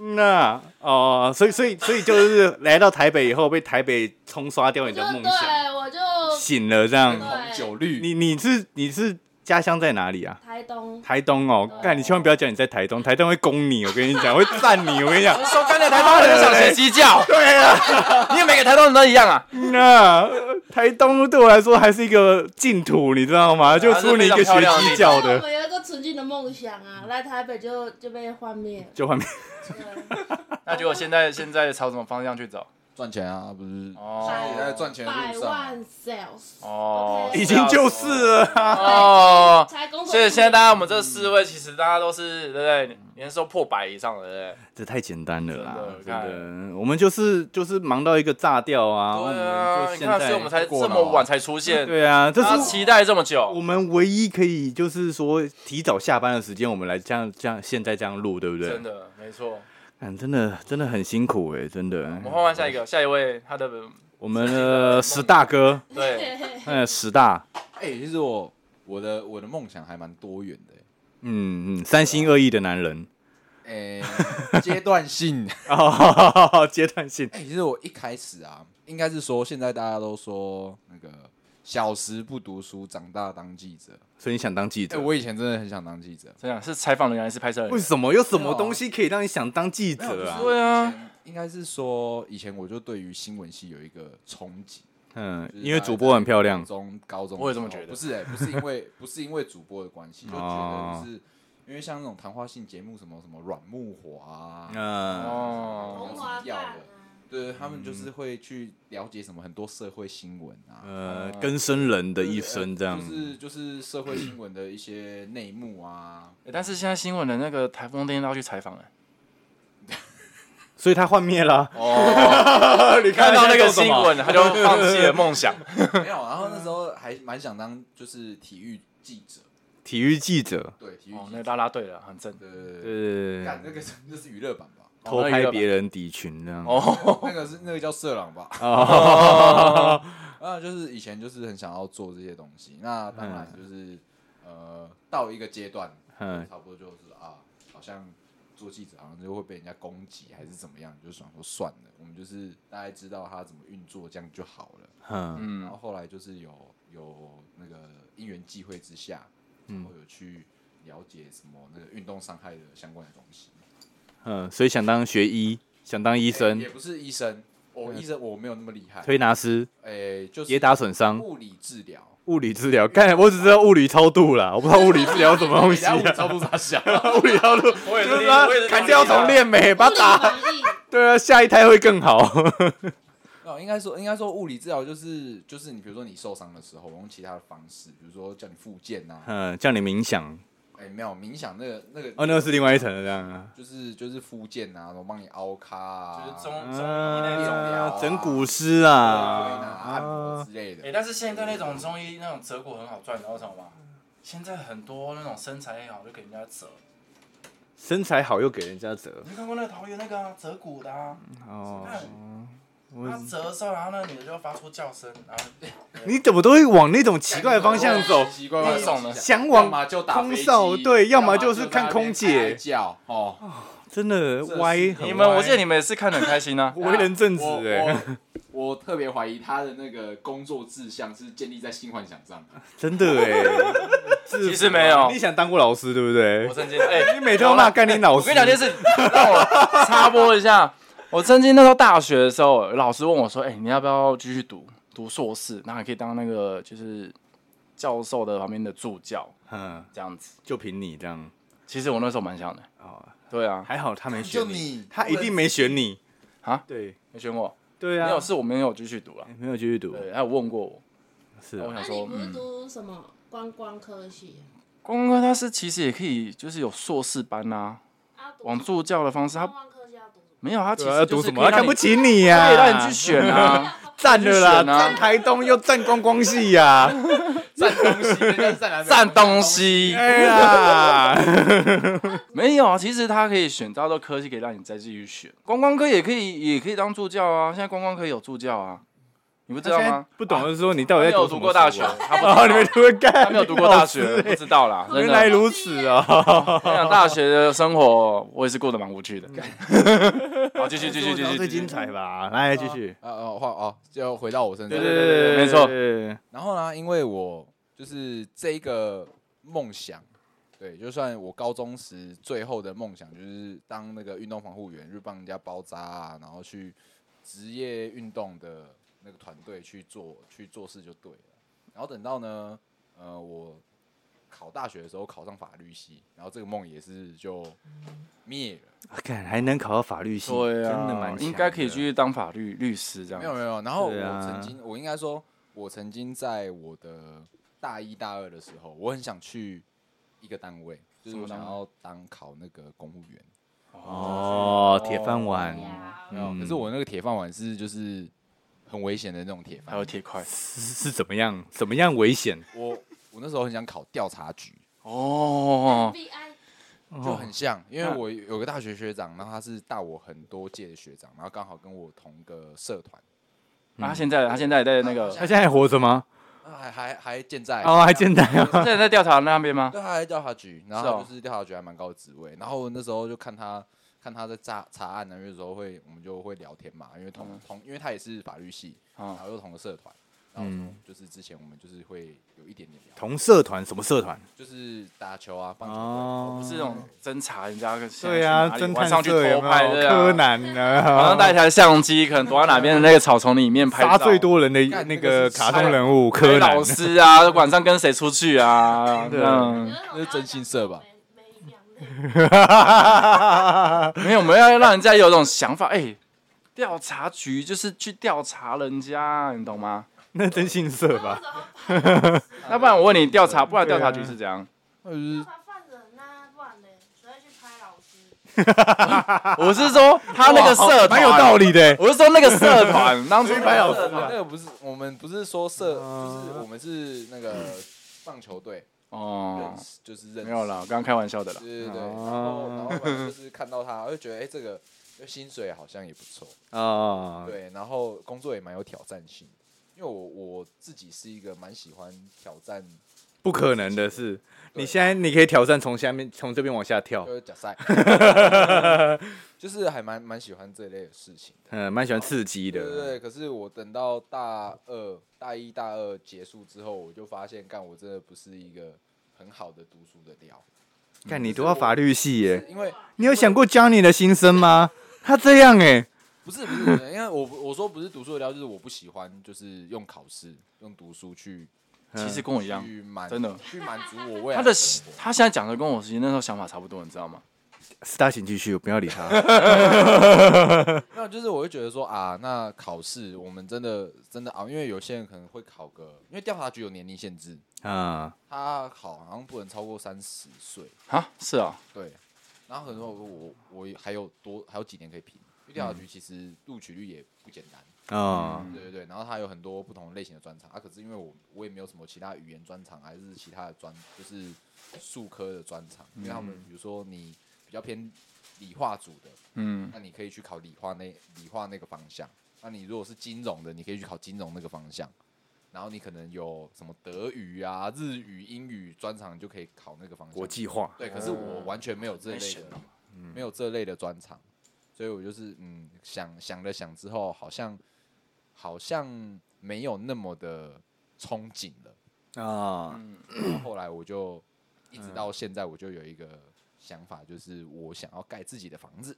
B: 嗯呐、哦、所以所以所以就是来到台北以后，被台北冲刷掉你
D: 我就
B: 的梦想，
D: 对啊我就
B: 醒了这样。
D: 对啊
C: 酒绿，
B: 你你是你是家乡在哪里啊？
D: 台东
B: 台东哦，
D: 对啊
B: 干你千万不要讲你在台东，台东会攻你，我跟你讲，会占你，我跟你讲。
C: 说干的台东人就想学鸡叫，
B: [laughs] 对啊，
C: 你也每个台东人都一样啊，
B: [laughs] 那呃台东对我来说还是一个净土，你知道吗？
C: 啊
B: 就出你一个学鸡叫
D: 我
B: 的，
D: 们有一个纯净的梦想啊，来台北就就被幻灭了。
B: 就外面
D: 对
C: 那结果现在现在朝什么方向去走？
A: 赚钱啊，不是？
C: 哦
A: 现在在赚钱的
D: 百
A: 路上，
D: 万 sales，
C: 哦，
D: OK
B: 已经就是了 [laughs] 啊。
C: 哦。
D: 才工作。
C: 所以现在大家我们这四位，其实大家都是对不对？年收破百以上的，对
B: 这太简单了啦，
C: 真
B: 真
C: 的
B: 的，我们就是就是忙到一个炸掉啊，
C: 不
B: 我
C: 对？对
B: 们
C: 啊，
B: 就
C: 你
B: 现
C: 看，所以我们
B: 在
C: 才
A: 过
C: 这
A: 了
C: 么
A: 哦
C: 晚才出现，
B: 对啊，这
C: 大家
B: 是
C: 期待这么
B: 我
C: 久，
B: 们唯一可以就是说提早下班的时间，我们来这样这样现在这样录，对不对？
C: 真的没错。
B: 嗯，真的真的很辛苦哎、真的
C: 我。们换换下一个，下一位他的
B: 我们的史大
C: [laughs]
B: 哥，
C: 对，
B: 呃，史大，
A: 哎、其实我我的我的梦想还蛮多元的、
B: 嗯嗯，三心二意的男人，
A: 哎、 [laughs] 阶段性。
B: 哦，
A: [laughs]
B: 阶段性，
A: 哎、其实我一开始啊，应该是说现在大家都说那个小时不读书，长大当记者。
B: 所以你想当记
A: 哎、
B: 者？
A: 我以前真的很想当记者。
C: 这样是采访人员还是拍摄人
B: 为
C: 员？
B: 什么？有什么东西可以让你想当记者
A: 哎
B: 啊？
C: 对啊，
A: 应该是说以前我就对于新闻系有一个憧憬，
B: 嗯，
A: 就是
B: 因为主播很漂亮
A: 高，中高中
C: 我也这么
A: 的时候
C: 觉得
A: 不是哎、不是因为 [laughs] 不是因为主播的关系，就觉
B: 哦
A: 得就是因为像那种谈话性节目什么什么软木华啊，
B: 嗯，
C: 哦
D: 红，花
A: 要
D: 饭
A: 的对他们就是会去了解什么很多社会新闻啊，
B: 呃，更生人的一生这样
A: 就，是就是社会新闻的一些内幕
B: [laughs]
A: 啊，
C: 欸但是现在新闻的那个台风天都要去采访了，
B: 所以他幻灭了。
C: 哦，
B: [laughs] 你
C: 看到那个
B: 做什
C: 新
B: 么，
C: 闻他 [laughs] 就放
B: [laughs]
C: 弃了梦想，
A: 没有。然后那时候还蛮想当就是体育记者，
B: 体育记者，
A: 对体育
C: 哦，
A: 记
C: 那
A: 者，
C: 个啦啦队了，很正，
A: 对对对
B: 呃
A: 对，，干那个是那是娱乐版吧，
B: 偷拍别人底裙这样。
C: 哦，
A: 那个是那个叫色狼吧。 [laughs]
B: 哦，
A: 啊，就是以前就是很想要做这些东西，那当然就是、呃，到一个阶段，
B: 嗯
A: 差不多就是啊，好像做记者好像就会被人家攻击还是怎么样，就想说算了，我们就是大概知道他怎么运作，这样就好了。
B: 嗯，
A: 然
C: 嗯
A: 后，后来就是有有那个因缘际会之下，
B: 嗯
A: 然后有去了解什么那个运动伤害的相关的东西。
B: 嗯，所以想当学医，想当医生嗯
A: 也、不是医生，我、医生我没有那么厉害，
B: 推拿师、
A: 诶、就是
B: 跌打损伤、
A: 物理治疗。
B: 物理治疗。干，我只知道物理超度啦，我不知道物理治疗什么东西、
A: 人家物理
B: 啊。
A: 超不傻
C: [laughs]
A: 小，
B: 物理超度，
C: 我也
B: 就是是他
C: 我也是
B: 啊砍掉
C: 同
B: 重
C: 意的
B: 练美，把
D: 不
B: 它
D: 离
B: 打。
D: 满意，
B: 对啊，下一胎会更
C: [laughs]
B: 好。
A: 哦，应该说，应该说，物理治疗就是就是你比如说你受伤的时候，我用其他的方式，比如说叫你复健呐、啊，
B: [laughs] 嗯，叫你冥想。
A: 哎、没有冥想那个那个
B: 哦，那个是另外一层的这样啊。
A: 就是就是复健呐、啊，然后帮你凹咖啊，
C: 就是中中医那种
A: 疗
B: 啊
A: 啊，
B: 整骨师
A: 对
B: 啊
A: 推拿，按摩之类
C: 哎、
A: 的。
C: 但是现在那种中医那种折骨很好赚，你知道为什么吗？现在很多那种身材很好就给人家折，
B: 身材好又给人家折。
C: 你看过那个桃园那个、啊、折骨的啊，
B: 哦，
C: 他折的时候，然后那个女的就发出叫声，然后
B: 你怎么都会往那种奇怪的方向
A: [laughs]
B: 走？
A: 奇怪怪
C: 爽了
B: 想
A: 要
B: 往
A: 么就打飞
B: 空
A: 机
B: 少对要么就
A: 在
B: 是
A: 那
B: 看空姐
A: 边哀叫哦，
B: 真的
A: 是
B: 歪很歪，。
C: 你们，我记得你们也是看得很开心啊
B: [laughs] 为人正直哎、
A: 我我我特别怀疑他的那个工作志向是建立在性幻想上。
B: 真的哎、
C: [laughs] 其实没有
B: 你想当过老师对不对
C: [laughs] 我？曾经，哎、
B: 你每天都骂干你老
C: 我
B: 师，
C: 跟你讲件事， [laughs] 让我插播一下。我曾经那时候大学的时候，老师问我说：“哎、你要不要继续读读硕士？然后你可以当那个就是教授的旁边的助教
B: 嗯，
C: 这样子。
B: 就凭你这样，”
C: 其实我那时候蛮想的。
B: 哦
C: 对啊，
B: 还好他没选
A: 就你
B: 他一定没选你
C: 啊
B: 对
C: 你选我？
B: 对
C: 没
B: 啊嗯
C: 有，，是我没有继续读了。啊
B: 哎没有继续读，
C: 对，他有问过我，
B: 是
C: 我
B: 啊
D: 那
C: 想
D: 你
C: 说，
D: 不是
C: 嗯，
D: 读什么观光科系
C: 光哥他是其实也可以，就是有硕士班啊，
D: 啊？啊读
C: 往助教的方式，
D: 观
C: 他
D: 光科技要读什么
C: 没有，他其
B: 对
C: 实
B: 啊，
C: 就是
B: 要读什么？
C: 可
B: 他
C: 以让
B: 看
C: 你
B: 不起你
C: 可
B: 呀、 [laughs]
C: 以让你去选啊，
B: 占了啦，
C: 去选啊 [laughs]
B: 占台东又占观光系呀、
A: [laughs] 占东西，人家是占南北，
C: 占东。西。
B: 哎呀，
C: 没有啊，其实它可以选到的科系，可以让你再继续选。观光科也可以，也可以当助教啊。现在观光科有助教啊，你不知道吗？
B: 哎
C: 啊
B: 不懂的是说你到
C: 他
B: 底
C: 没
B: 在
C: 有
B: 什
C: 读
B: 么
C: 过大
B: 书
C: 学，
B: 啊 [laughs]
C: 他不
B: 哦，你们读过干？
C: 他没有读过大
B: [laughs]
C: 学，不知道啦。真
B: 原来
C: 的，
B: 如此啊！
C: 我想大学的生活我也是过得蛮无趣的。
B: 嗯
C: [laughs] 好，继续继续继续，
B: 最精彩吧？来继续。
A: 啊哦，话哦，就回到我身上。
C: 对对对对没错
A: 然后呢，因为我就是这一个梦想，对，就算我高中时最后的梦想就是当那个运动防护员，去帮人家包扎啊，然后去职业运动的那个团队去做去做事就对了。然后等到呢，呃，我考大学的时候考上法律系，然后这个梦也是就灭了。
C: 啊
B: 看还能考到法律系，
C: 对啊，
B: 真的蛮强的
C: 应该可以继。续当法律律师这样
A: 没。有没有，然后
B: 对啊
A: 我曾经，我应该说，我曾经在我的大一大二的时候，我很想去一个单位，就是我
C: 什么单
A: 想
C: 位
A: 要当考那个公务员，
B: 哦，铁饭碗
D: 对，
C: 嗯
D: 啊
A: 没有，可是我那个铁饭碗是就是很危险的那种铁
C: 还
A: 饭
C: 有
A: 碗，
C: 铁块
B: 是是怎么样？怎么样危险？
A: 我我那时候很想考调查局，
C: 哦，
D: ，VI
A: 就很像，因为我有个大学学长，然后他是大我很多届的学长，然后刚好跟我同个社团，
C: 那他现在他现在在那个
B: 他现在还活着吗？
A: 啊还还还健在
B: 哦，还健在啊！
C: 现在在调查那边吗？
A: 对，他还在调查局，然后
C: 是
A: 他
C: 哦
A: 就是调查局还蛮高的职位。然后那时候就看他看他在查查案啊呢，因为有时候会我们就会聊天嘛，因为同、同因为他也是法律系，
C: 嗯
A: 然后又同个社团，然后
B: 嗯
A: 说就是之前我们就是会有一点点聊，
B: 同社团什么社团？
A: 就是打球啊、棒球队，
B: 哦
A: 不
C: 是
A: 是
C: 那种侦查人家现在去
B: 对啊，
C: 哪里
B: 侦
C: 晚
B: 探
C: 上去
B: 社
C: 偷
B: 有
C: 拍
B: 没
C: 对
B: 有？
C: 啊
B: 柯南
C: 晚上
B: 啊，
C: 带一台相机，可能躲在哪边的那个草丛里面拍照
B: 杀最多人的
A: 干
B: 那
A: 那个
B: 个
A: 是
B: 卡通人物
C: 拍
B: 柯南
C: 老。师啊， [laughs] 晚上跟谁出去啊？
B: 对
C: 嗯，
A: 那是真心社吧？
D: 没没营养类
C: 没有，我们要让人家有种想法，哎，调查局就是去调查人家，你懂吗？
B: [laughs] 那真姓社吧？啊
C: 那不然我问你，调查，不然调查局是怎样？
A: 那就是
D: 他犯人呐，不然呢？谁会去拍老师？
C: 我是说他那个社团
B: 蛮有道，理的。
C: 我是说那个社团，当
B: [laughs]
C: 初
B: 拍老师
C: 社
A: 那
C: 团
A: 个不是我们不是说社，
B: 哦
A: 就是我们是那个棒球队
C: 哦
A: 认，识，就是认识
C: 没有啦，我刚刚开玩笑的啦。
A: 对对对，然后然
B: 哦
A: 后反正就是看到他，我就觉得哎、这个薪水好像也不错，
B: 哦，
A: 对，然后工作也蛮有挑战性的，因为我我自己是一个蛮喜欢挑战，
B: 不可能的是，
A: 对
B: 你现在你可以挑战从下面从这边往下跳
A: 就，是假
C: [laughs]
A: 赛，就是还蛮蛮喜欢这类的事情的。
B: 嗯，蛮喜欢刺激
A: 对对对，
B: 的。
A: 可是我等到大二、大一、大二结束之后，我就发现，干我真的不是一个很好的读书的料，
B: 看你读到法律系耶，
A: 因为
B: 你有想过教你的心声吗？他这样
C: [laughs]
B: 哎，
A: 不是不是，因为我我说不是读书的料，就是我不喜欢，就是用考试、用读书去
B: 嗯
C: 其实跟我一样，
A: 去满
C: 真的
A: 去满足我未来
C: 他的
A: 生活
C: 他现在讲的跟我其实那时候想法差不多，你知道吗？
B: 是他请继续，不要理他。 [laughs]
A: 没有，就是我会觉得说啊，那考试我们真的真的啊，因为有些人可能会考个，因为调查局有年龄限制，
B: 啊，
A: 他考好像不能超过三十岁，
C: 啊，是啊，
A: 对。然后很多人说我我还有多还有几年可以评，因为调查局其实录取率也不简单，
B: 哦，
A: 对对对。然后他有很多不同类型的专长啊，可是因为我我也没有什么其他语言专长，还是其他的专就是数科的专长，因为他们比如说你比较偏理化组的，
C: 嗯，
A: 那你可以去考理化那理化那个方向。那你如果是金融的，你可以去考金融那个方向。然后你可能有什么德语啊、日语、英语专长，你就可以考那个方向。
B: 国际化，
A: 对，可是我完全没有这类
C: 太
A: 的
C: 神了，
A: 没有这类的专长，所以我就是嗯想想了想之后，好像好像没有那么的憧憬了。
B: 啊，
C: 嗯，
A: 然后后来我就一直到现在，我就有一个想法，就是我想要盖自己的房子。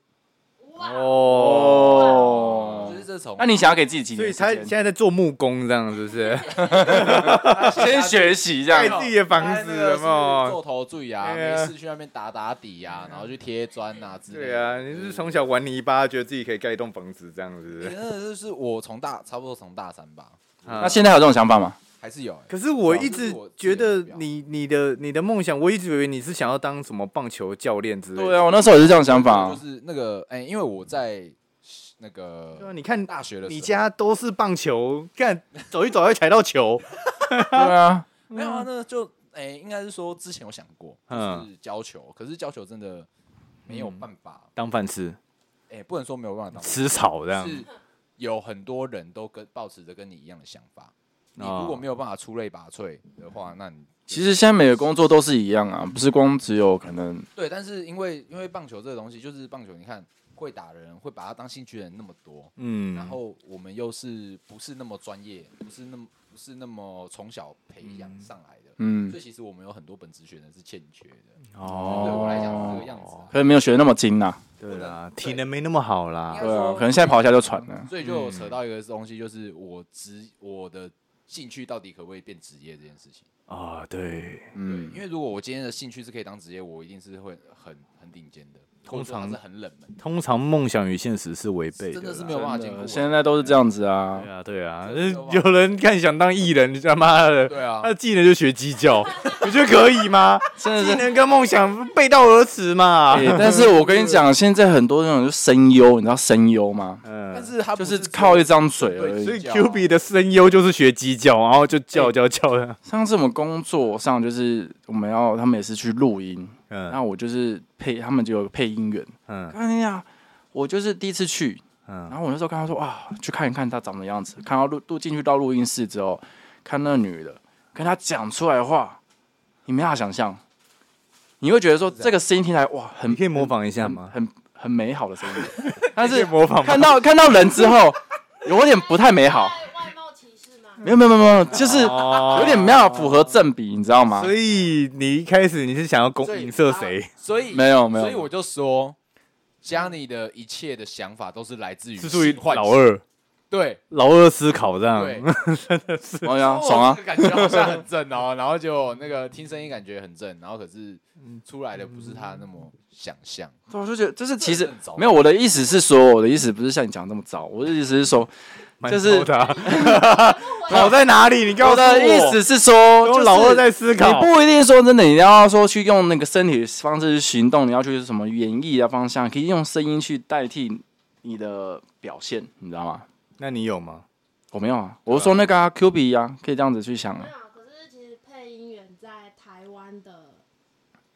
D: 哇，
B: 哦，
A: 就
C: 哦
A: 是，这从
C: 那你想要给自己几
B: 所
C: 年
B: 以
C: 时
B: 他
C: 间？
B: 现在在做木工这样，是不是？ [laughs]
C: 先学习这
B: 盖
C: 样，
B: 自己的
A: 哎
B: 房子有没有？
A: 做头最啊，
B: 对啊嗯
A: 没事去那边打打底啊，然后去贴砖啊之类的。
B: 对啊，你是从小玩泥巴，觉得自己可以盖一栋房子这样，是不啊
A: 欸，
B: 是？
A: 真的就是我从大差不多从大三吧，
B: 那
C: 那现在有这种想法吗？
A: 还是有欸、
B: 可是我
A: 对啊
B: 一
A: 这是
B: 直
A: 我自己
B: 觉
A: 的
B: 得
A: 目标
B: 你你的你的梦想，我一直以为你是想要当什么棒球教练之类的。
C: 对啊，我那时候也是这种想法
A: 就
C: 啊。
A: 是那个哎、因为我在那
B: 对啊，
A: 个
B: 你看
A: 大学的时候，
B: 你家都是棒球，看走一走会踩到球，
C: 对啊，
A: 没有啊，那就哎、应该是说之前有想过，就
B: 嗯
A: 是教球，可是教球真的没有办法，
B: [laughs] 当饭吃，
A: 哎、不能说没有办法
B: 吃草这
A: 当，
B: 样。
A: 是有很多人都跟抱持着跟你一样的想法。你
B: 哦
A: 如果没有办法出类拔萃的话，那你
C: 其实现在每个工作都是一样啊，不是光只有可能
A: 对，但是因为因为棒球这个东西，就是棒球，你看会打人，会把它当兴趣的人那么多，
B: 嗯，
A: 然后我们又是不是那么专业，不是那么不是那么从小培养上来的，
C: 嗯
A: 所以，其实我们有很多本职学能是欠缺的。对我来讲是这个
B: 哦，
A: 样子啊
C: 可，能没有学得那么精啊呐、
B: 对啦，
A: 对
B: 体能没那么好啦
A: 应。
C: 对啊
A: 说，嗯
C: 可能现在跑一下就喘了。嗯
A: 所以就有扯到一个东西，就是我职我的兴趣到底可不可以变职业这件事情。
B: 啊，对，
C: 嗯
A: 因，为如果我今天的兴趣是可以当职业，我一定是会很很顶尖的，或者说它
B: 通常
A: 是很冷门，
B: 通常梦想与现实是违背
A: 真的
B: 的
A: 是
B: 啦
A: 没有办法兼
C: 真
A: 顾
C: 的
A: 的。
C: 现在都是这样子啊
B: 对。啊，对啊，
A: 真的没有办
B: 呃
A: 法
B: [laughs] 有人看想当艺人，你他妈的，
A: 对啊
B: 他，的技能就学鸡
C: [laughs]
B: 叫，你觉得可以吗？
C: 真的
B: 技
C: 是
B: 能跟梦想背道而驰
C: [laughs]
B: 嘛。
C: 欸但是我跟你讲，现在很多那种就声优，你知道声优吗？
B: 嗯，
A: 但是他不
C: 就
A: 是
C: 是靠一
A: 一
C: 张嘴而
A: 对
C: 已
B: 所。以
A: 叫
B: Q B 的声优就是学鸡叫，然后就叫叫叫的。
C: 上次我们工作上就是我们要，他们也是去录音，
B: 嗯
C: 那我就是配，他们就有个配音员。
B: 嗯
C: 哎呀，我就是第一次去，然
B: 嗯，
C: 后我那时候跟他说哇，去看一看他长的样子。看到录录进去到录音室之后，看那女的跟他讲出来的话，你没办法想象，你会觉得说这个声音听起来哇，很
B: 你可以模仿一下
C: 很
B: 吗？
C: 很很美好的
B: [laughs]
C: 声音，但
B: 你可以
C: 是
B: 模仿吗
C: 看到看到人之后，有点不太美好。嗯
D: 外貌歧视吗？
C: 没有没有没有没有，就是
B: 哦
C: 有点没有符合正比，你知道吗？
B: 所以你一开始你是想要攻
A: 所以
B: 影射谁？
A: 所以
C: 没有没有
A: 所以我就说，江你的一切的想法都是来自于
B: 是属于
A: 性幻
B: 老
A: 想，
B: 二，
A: 对
B: 老二思考这样。
C: [laughs]
A: 对，
C: 哎呀，
A: 哦
C: 嗯爽啊！
A: 这个感觉好像很正哦，然后就那个听声音感觉很正，然后可是出来的不是他那么想象，
C: 对，我啊就觉得就是其实
A: 这很糟
C: 没有我的意思是说，我的意思不是像你讲得那么糟，我的意思是说，
B: [laughs] 蛮
C: 就是
B: 糟的啊好在哪里？你告
C: 哦我
B: 诉我
C: 的意思是说，
B: 都
C: 就是
B: 老二在思
C: 你
B: 考。
C: 不一定说真的，你要说去用那个身体的方式去行动，你要去什么演绎的方向，可以用声音去代替你的表现，你知道吗？
B: 那你有吗？
C: 我没有啊，我是说那个啊，Q B 啊，可以这样子去想啊
D: 没。有，可是其实配音员在台湾的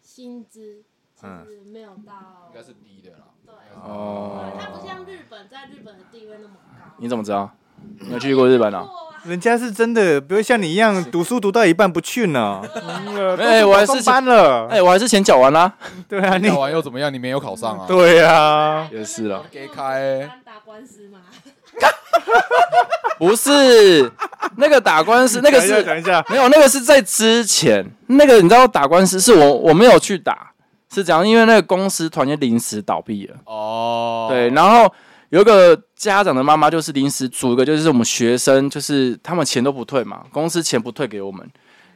D: 薪资其实没有到，
A: 应该是低的啦。
D: 对，
C: 嗯哦
D: 它不像日本，在日本的地位那么高。
C: 你怎么知道？你有去过日本啊？ [laughs]
D: 过啊？
B: 人家是真的不会像你一样读书读到一半不去呢。
D: 啊
C: 哎我还是哎
B: 上班了。
C: 哎、我还是钱缴完啦、
B: 对啊，你
A: 考完又怎么样？你没有考上啊？
B: [laughs] 对啊，
C: 嗯也是啦
A: 给开
D: 打官司嘛，
C: 不是那个打官司，那个
B: 哎讲一下
C: 是
B: 讲一下，
C: [laughs] 没有，那个是在之前，那个你知道打官司是我我没有去打，是这样，因为那个公司突然间临时倒闭了，
A: 哦，
C: 对，然后。有一个家长的妈妈就是临时组一个，就是我们学生，就是他们钱都不退嘛，公司钱不退给我们，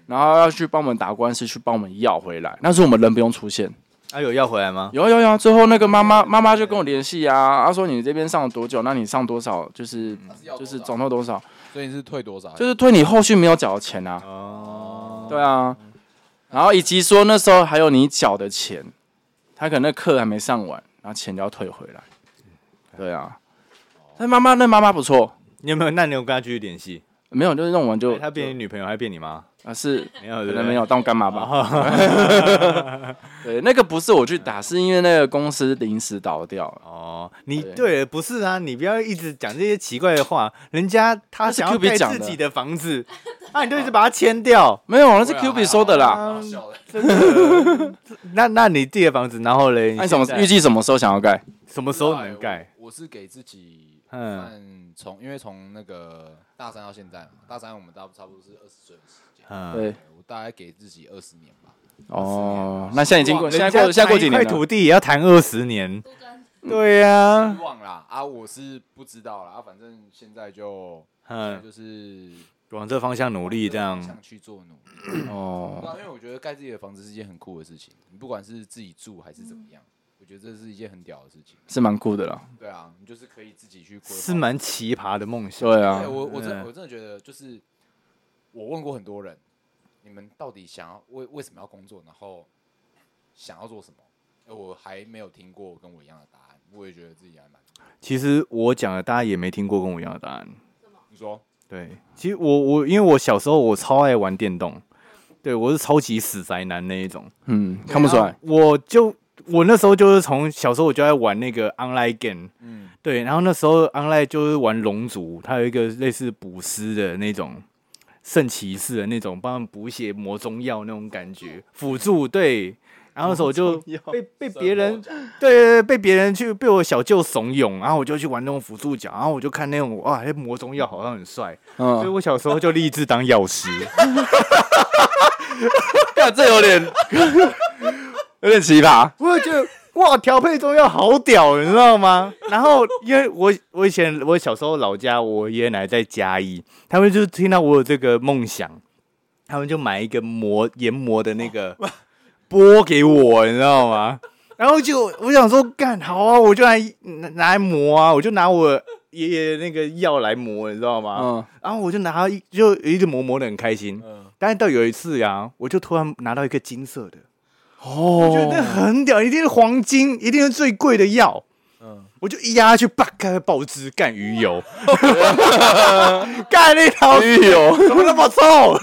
C: 然后要去帮我们打官司，去帮我们要回来。但是我们人不用出现，
B: 啊有要回来吗？
C: 哎有有有啊，最后那个妈妈妈妈就跟我联系啊，她说你这边上了多久？那你上多少？就是
A: 后
C: 就是总，共多少？
A: 所以你是退多少？啊
C: 就是退你后续没有缴的钱啊。
B: 哦，
C: 对啊，然后以及说那时候还有你缴的钱，他可能那课还没上完，然后钱就要退回来。对啊，那妈妈那妈妈不错，
B: 你有没有？那你有跟他继续联系？
C: 没有就是弄完就
B: 哎他变你女朋友，还变你妈？
C: 啊是
B: 没有，
C: 可
B: 对啊
C: 能没有当干妈吧。
B: 吧？
C: 对，那个不是我去打，是因为那个公司临时倒掉了。
B: 哦，你
C: 对
B: 对，不是啊，你不要一直讲这些奇怪的话。人家他
C: 那是
B: 想要
C: Q B
B: 盖
C: 讲的哦
B: 自己的房
C: [laughs]
B: 子，啊，你就一直把它签掉。
C: 没有，那是
A: 对啊
C: Q B 说的啦。
A: 好笑的
B: [laughs] 那那你自己的房子，然后嘞，
C: 那你什么
B: 现在
C: 预计什么时候想要盖？
B: 什么时候能盖？
A: 我我是给自己，
B: 嗯
A: 嗯，从因为从那个大三到现在嘛，大三我们大差不多是二十岁的时间，
B: 嗯，
C: 对，
A: 我大概给自己二十年吧。
C: 哦，那现在已经过，现在过，
B: 人家
C: 现在过几
B: 谈
C: 年
B: 一块土
C: 了？
B: 地也要谈二十年。
D: 不跟
B: 对呀
A: 希，望啦啊，我是不知道啦，啊，反正现在就现在
B: 嗯，
A: 就是
B: 往这方向努力这样
A: 想。去做努力。对
C: 哦，
A: 啊，因为我觉得盖自己的房子是一件很酷的事情，你不管是自己住还是怎么样，我觉得这是一件很屌的事情。
C: 是蛮酷的啦。
A: 对啊，你就是可以自己去规划。
B: 是蛮奇葩的梦想。
C: 对啊
A: 对，我我真
B: 嗯
A: 我真的觉得，就是我问过很多人，你们到底想要为为什么要工作，然后想要做什么？呃我还没有听过跟我一样的答案，我也觉得自己还蛮……
B: 其实我讲的大家也没听过跟我一样的答案。
A: 你说
B: 对，其实我我因为我小时候我超爱玩电动，对我是超级死宅男那一种。
C: 嗯，看不
B: [laughs]
C: 出来。
B: 我就我那时候就是从小时候我就在玩那个 online game，
A: 嗯，
B: 对，然后那时候 online 就是玩龙族，它有一个类似捕尸的那种圣骑士的那种，帮他们补血魔中药那种感觉，辅助对。然后那时候我
C: [laughs]
B: 就被被别人 [laughs] 对对对，被别人去被我小舅怂恿，然后我就去玩那种辅助角，然后我就看那种哇，那魔中药好像很帅，所以
C: 嗯，
B: 我小时候就立志当药师。
C: 看这有点有点奇葩。
B: 我就觉得哇，调配中药好屌，你知道吗？然后因为我我以前我小时候老家，我爷爷奶奶在嘉义，他们就听到我有这个梦想，他们就买一个磨研磨的那个钵给我，你知道吗？然后就我想说，干好啊，我就来拿拿来磨啊，我就拿我爷爷那个药来磨，你知道吗？
C: 嗯，
B: 然后我就拿一就一直磨磨的很开心。
A: 嗯
B: 但是到有一次呀、我就突然拿到一个金色的，我觉得那
C: 哦，
B: 很屌，一定是黄金，一定是最贵的药。
A: 嗯
B: 我就一压下去，叭，开始爆汁，干鱼
C: [laughs]
B: 油，干那条鱼油，怎么那么臭？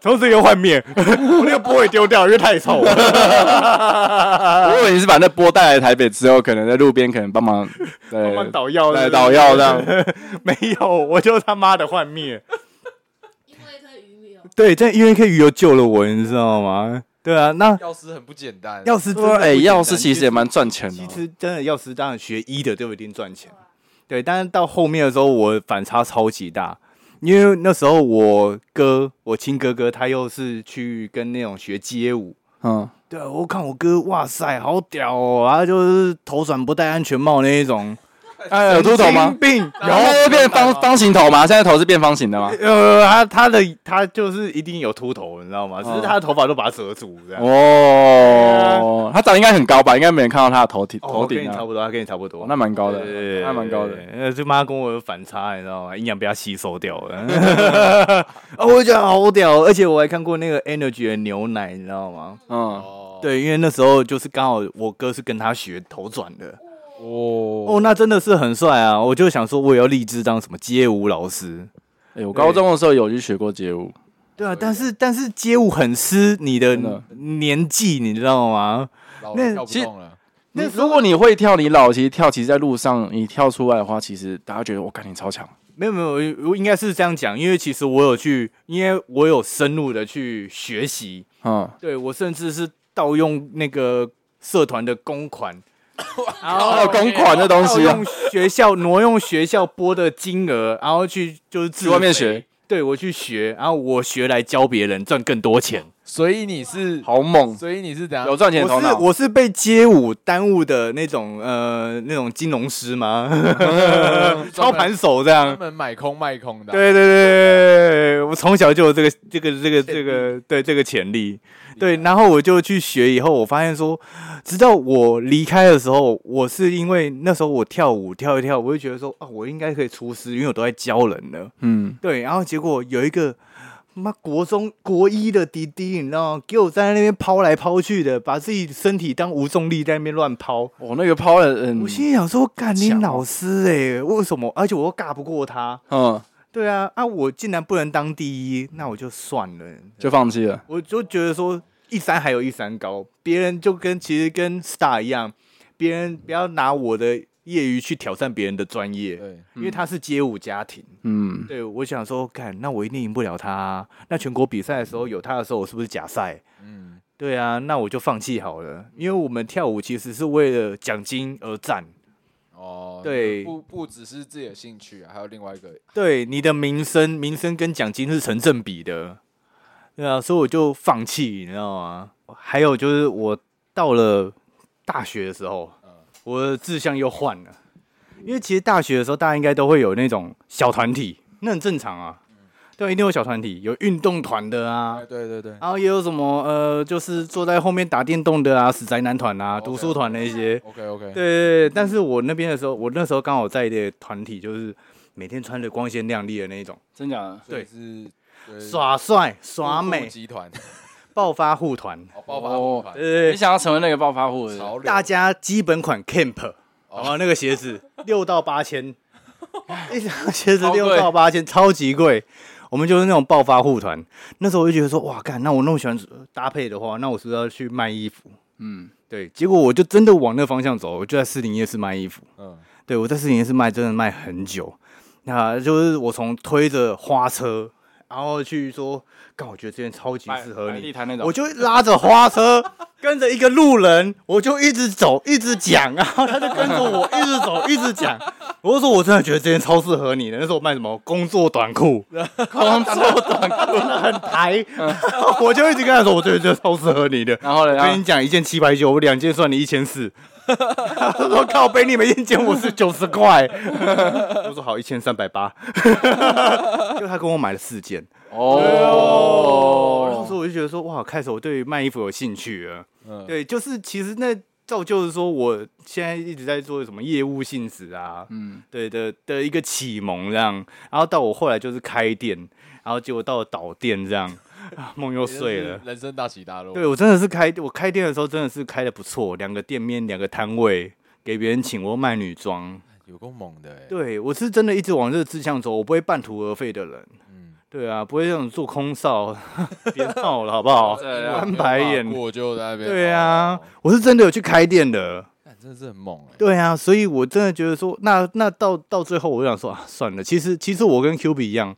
B: 从此又换面，我那个波也丢掉，因为太臭
C: [laughs]
B: 了。
C: 嗯如果你是把那波带来台北之后，可能在路边可 [laughs] 能帮忙对
B: 换倒药，
C: 来倒药这样。
B: [laughs] 没有，我就他妈的幻灭。
D: 因为一颗鱼苗，
B: 对，这因为一颗鱼油救了我，你知道吗？对啊，那
A: 药师很不简单，
B: 药师真的
C: 说哎，
B: 不简
C: 药
B: 单
C: 师其实也蛮赚钱的
B: 其
C: 哦。
B: 实真的药师当然学医的就一定赚钱，对。但是到后面的时候，我反差超级大，因为那时候我哥，我亲哥哥，他又是去跟那种学街舞。
C: 嗯，
B: 对啊，我看我哥，哇塞，好屌哦！他就是头转不戴安全帽那一种，
C: 哎，有秃头吗啊
B: 神经？病，啊
C: 然后又变方方形头吗？现在头是变方形的吗？
B: 呃，他他的他就是一定有秃头，你知道吗？只是他的头发都把它遮住，这样。
C: 哦，他长得应该很高吧？应该没人看到他的头顶
B: 啊哦
C: 头
B: 跟
C: 顶
B: 你差
C: 啊。
B: 不多，他跟你差不多
C: 哦，。那蛮高的，
B: 对，
C: 那蛮高的。
B: 呃，就妈跟我有反差，你知道吗？营养被他吸收掉了。
C: [laughs]
B: 啊，我觉得好屌，而且我还看过那个 Energy 的牛奶，你知道吗？
C: 嗯，
A: 哦，
B: 对，因为那时候就是刚好我哥是跟他学头转的，
A: 哦
B: 哦，那真的是很帅啊！我就想说，我也要立志当什么街舞老师。
C: 哎，我高中的时候有去学过街舞，
B: 对啊，但是但是街舞很吃你的
C: 真的
B: 年纪，你知道吗？
A: 老
B: 那
A: 了跳不
C: 其实
A: 动了，
C: 你如果你会跳，你老其实跳，其实在路上你跳出来的话，其实大家觉得我感觉超强。
B: 没有没有，我我应该是这样讲，因为其实我有去，因为我有深入的去学习，
C: 嗯，
B: 对我甚至是盗用那个社团的公款，
C: [laughs]
B: 然
C: 哦，
B: 后
C: 公款的东
B: 盗
C: 西啊，
B: 用学校挪用学校拨的金额，然后去就是自
C: 去外面
B: 肥
C: 学。
B: 对我去学，然后我学来教别人赚更多钱。
A: 所以你是，
C: 好猛，
A: 所以你是怎
C: 有
A: 样？
C: 赚钱的头
B: 我是
C: 脑。
B: 我是被街舞耽误的那种呃那种金融师
C: [laughs]
B: 吗？ [laughs] 操盘手这样
A: 专。门买空卖空的啊，
B: 对对对对，我从小就有这个这个这个这个对这个潜力，对，然后我就去学，以后我发现说，直到我离开的时候，我是因为那时候我跳舞跳一跳，我就觉得说啊，我应该可以出师，因为我都在教人了，
C: 嗯，
B: 对，然后结果有一个。妈，国中国一的弟弟，你知道吗？给我在那边抛来抛去的，把自己身体当无重力在那边乱抛。
C: 我那个抛了，嗯，
B: 我心里想说，干你
C: 强哦
B: 老师哎、为什么？而且我又尬不过他。
C: 嗯，
B: 对啊，啊，我竟然不能当第一，那我就算了。
C: 就放弃了。
B: 我就觉得说，一山还有一山高，别人就跟其实跟 Star 一样，别人不要拿我的业余去挑战别人的专业，
A: 对，
B: 因为他是街舞家庭。
C: 嗯，
B: 对，我想说，看，那我一定赢不了他啊、那全国比赛的时候有他的时候，我是不是假赛？
A: 嗯，
B: 对啊，那我就放弃好了，因为我们跳舞其实是为了奖金而战。
A: 哦，
B: 对
A: 不不只是自己的兴趣啊，还有另外一个，
B: 对你的名声，名声跟奖金是成正比的，对啊，所以我就放弃，你知道吗？还有就是我到了大学的时候，我的志向又换了，因为其实大学的时候，大家应该都会有那种小团体，那很正常啊，对啊，一定有小团体，有运动团的啊
A: 哎，，对对对，
B: 然后也有什么呃，就是坐在后面打电动的啊，死宅男团啊，
A: OK，
B: 读书团那些，
A: OK OK，
B: 对，对对，但是我那边的时候，我那时候刚好在的团体就是每天穿的光鲜亮丽的那一种，
C: 真假的？
A: 所以是对
B: 耍帅耍
A: 顾顾
B: 美，
A: 集团，
B: 暴发户团，
A: 哦，爆发户团，
B: 对
C: 你
B: 对
C: 想要成为那个暴发户的人？
A: 潮流，
B: 大家基本款 Camp，好吧，那个鞋子哎六到八千，一双鞋子
C: 超贵
B: 六到八千，超级贵。我们就是那种暴发户团。那时候我就觉得说，哇，干，那我那么喜欢搭配的话，那我是不是要去卖衣服？
C: 嗯，
B: 对，结果我就真的往那方向走，我就在四零夜市卖衣服。
A: 嗯，
B: 对我在四零夜市卖，真的卖很久。那就是我从推着花车，然后去说，干，我觉得这件超级适合
C: 买
B: 你
C: 地，摊那种，
B: 我就拉着花车，跟着一个路人，我就一直走，一直讲，然后他就跟着我一直走，一直讲。我就说，我真的觉得这件超适合你的。那时候我卖什么工作短裤，
C: 工作短裤，
B: 真的很抬，
C: 嗯
B: [laughs] 我就一直跟他说，我觉得这超适合你的。
C: 然后呢，
B: 我
C: 然
B: 跟
C: 后
B: 你讲，一件七百九，我两件算你一千四。 [laughs] 他说靠背，你们一件我是九十块。 [laughs] 我说好，一千三百八。 [laughs] 就他跟我买了四件，
C: 哦，
B: 然后说我就觉得说哇，开始我对卖衣服有兴趣了。
A: 嗯
B: 对，就是其实那造就是说，我现在一直在做什么业务性质啊，
C: 嗯，
B: 对的的一个启蒙这样，然后到我后来就是开店，然后结果到了倒店这样，啊梦又碎了。
A: 人生大起大落。
B: 对我真的是开我开店的时候真的是开的不错，两个店面两个摊位给别人请，我卖女装。
A: 有够猛的哎、
B: 对我是真的一直往这个志向走，我不会半途而废的人。
A: 嗯，
B: 对啊，不会这种做空少， [laughs] 别闹了好不好？
C: 对
A: 英文
C: 啊，
B: [laughs] 翻白眼
A: 没有骂过就在那边。
B: 对啊
A: 哦，
B: 我是真的有去开店的。
A: 干真的是很猛哎、
B: 对啊，所以我真的觉得说，那那到到最后，我就想说啊，算了。其实其实我跟 Q B 一样，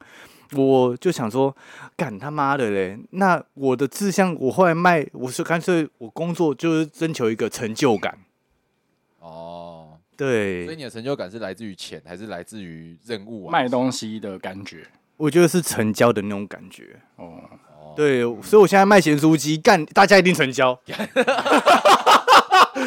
B: 我就想说，干他妈的嘞！那我的志向，我后来卖，我是干脆我工作就是征求一个成就感。
A: 哦，所以
B: 对，
A: 你的成就感是来自于钱，还是来自于任务啊？
C: 卖东西的感觉，
B: 我觉得是成交的那种感觉。
C: 哦，
A: 哦，
B: 对，所以我现在卖咸酥鸡，干大家一定成交，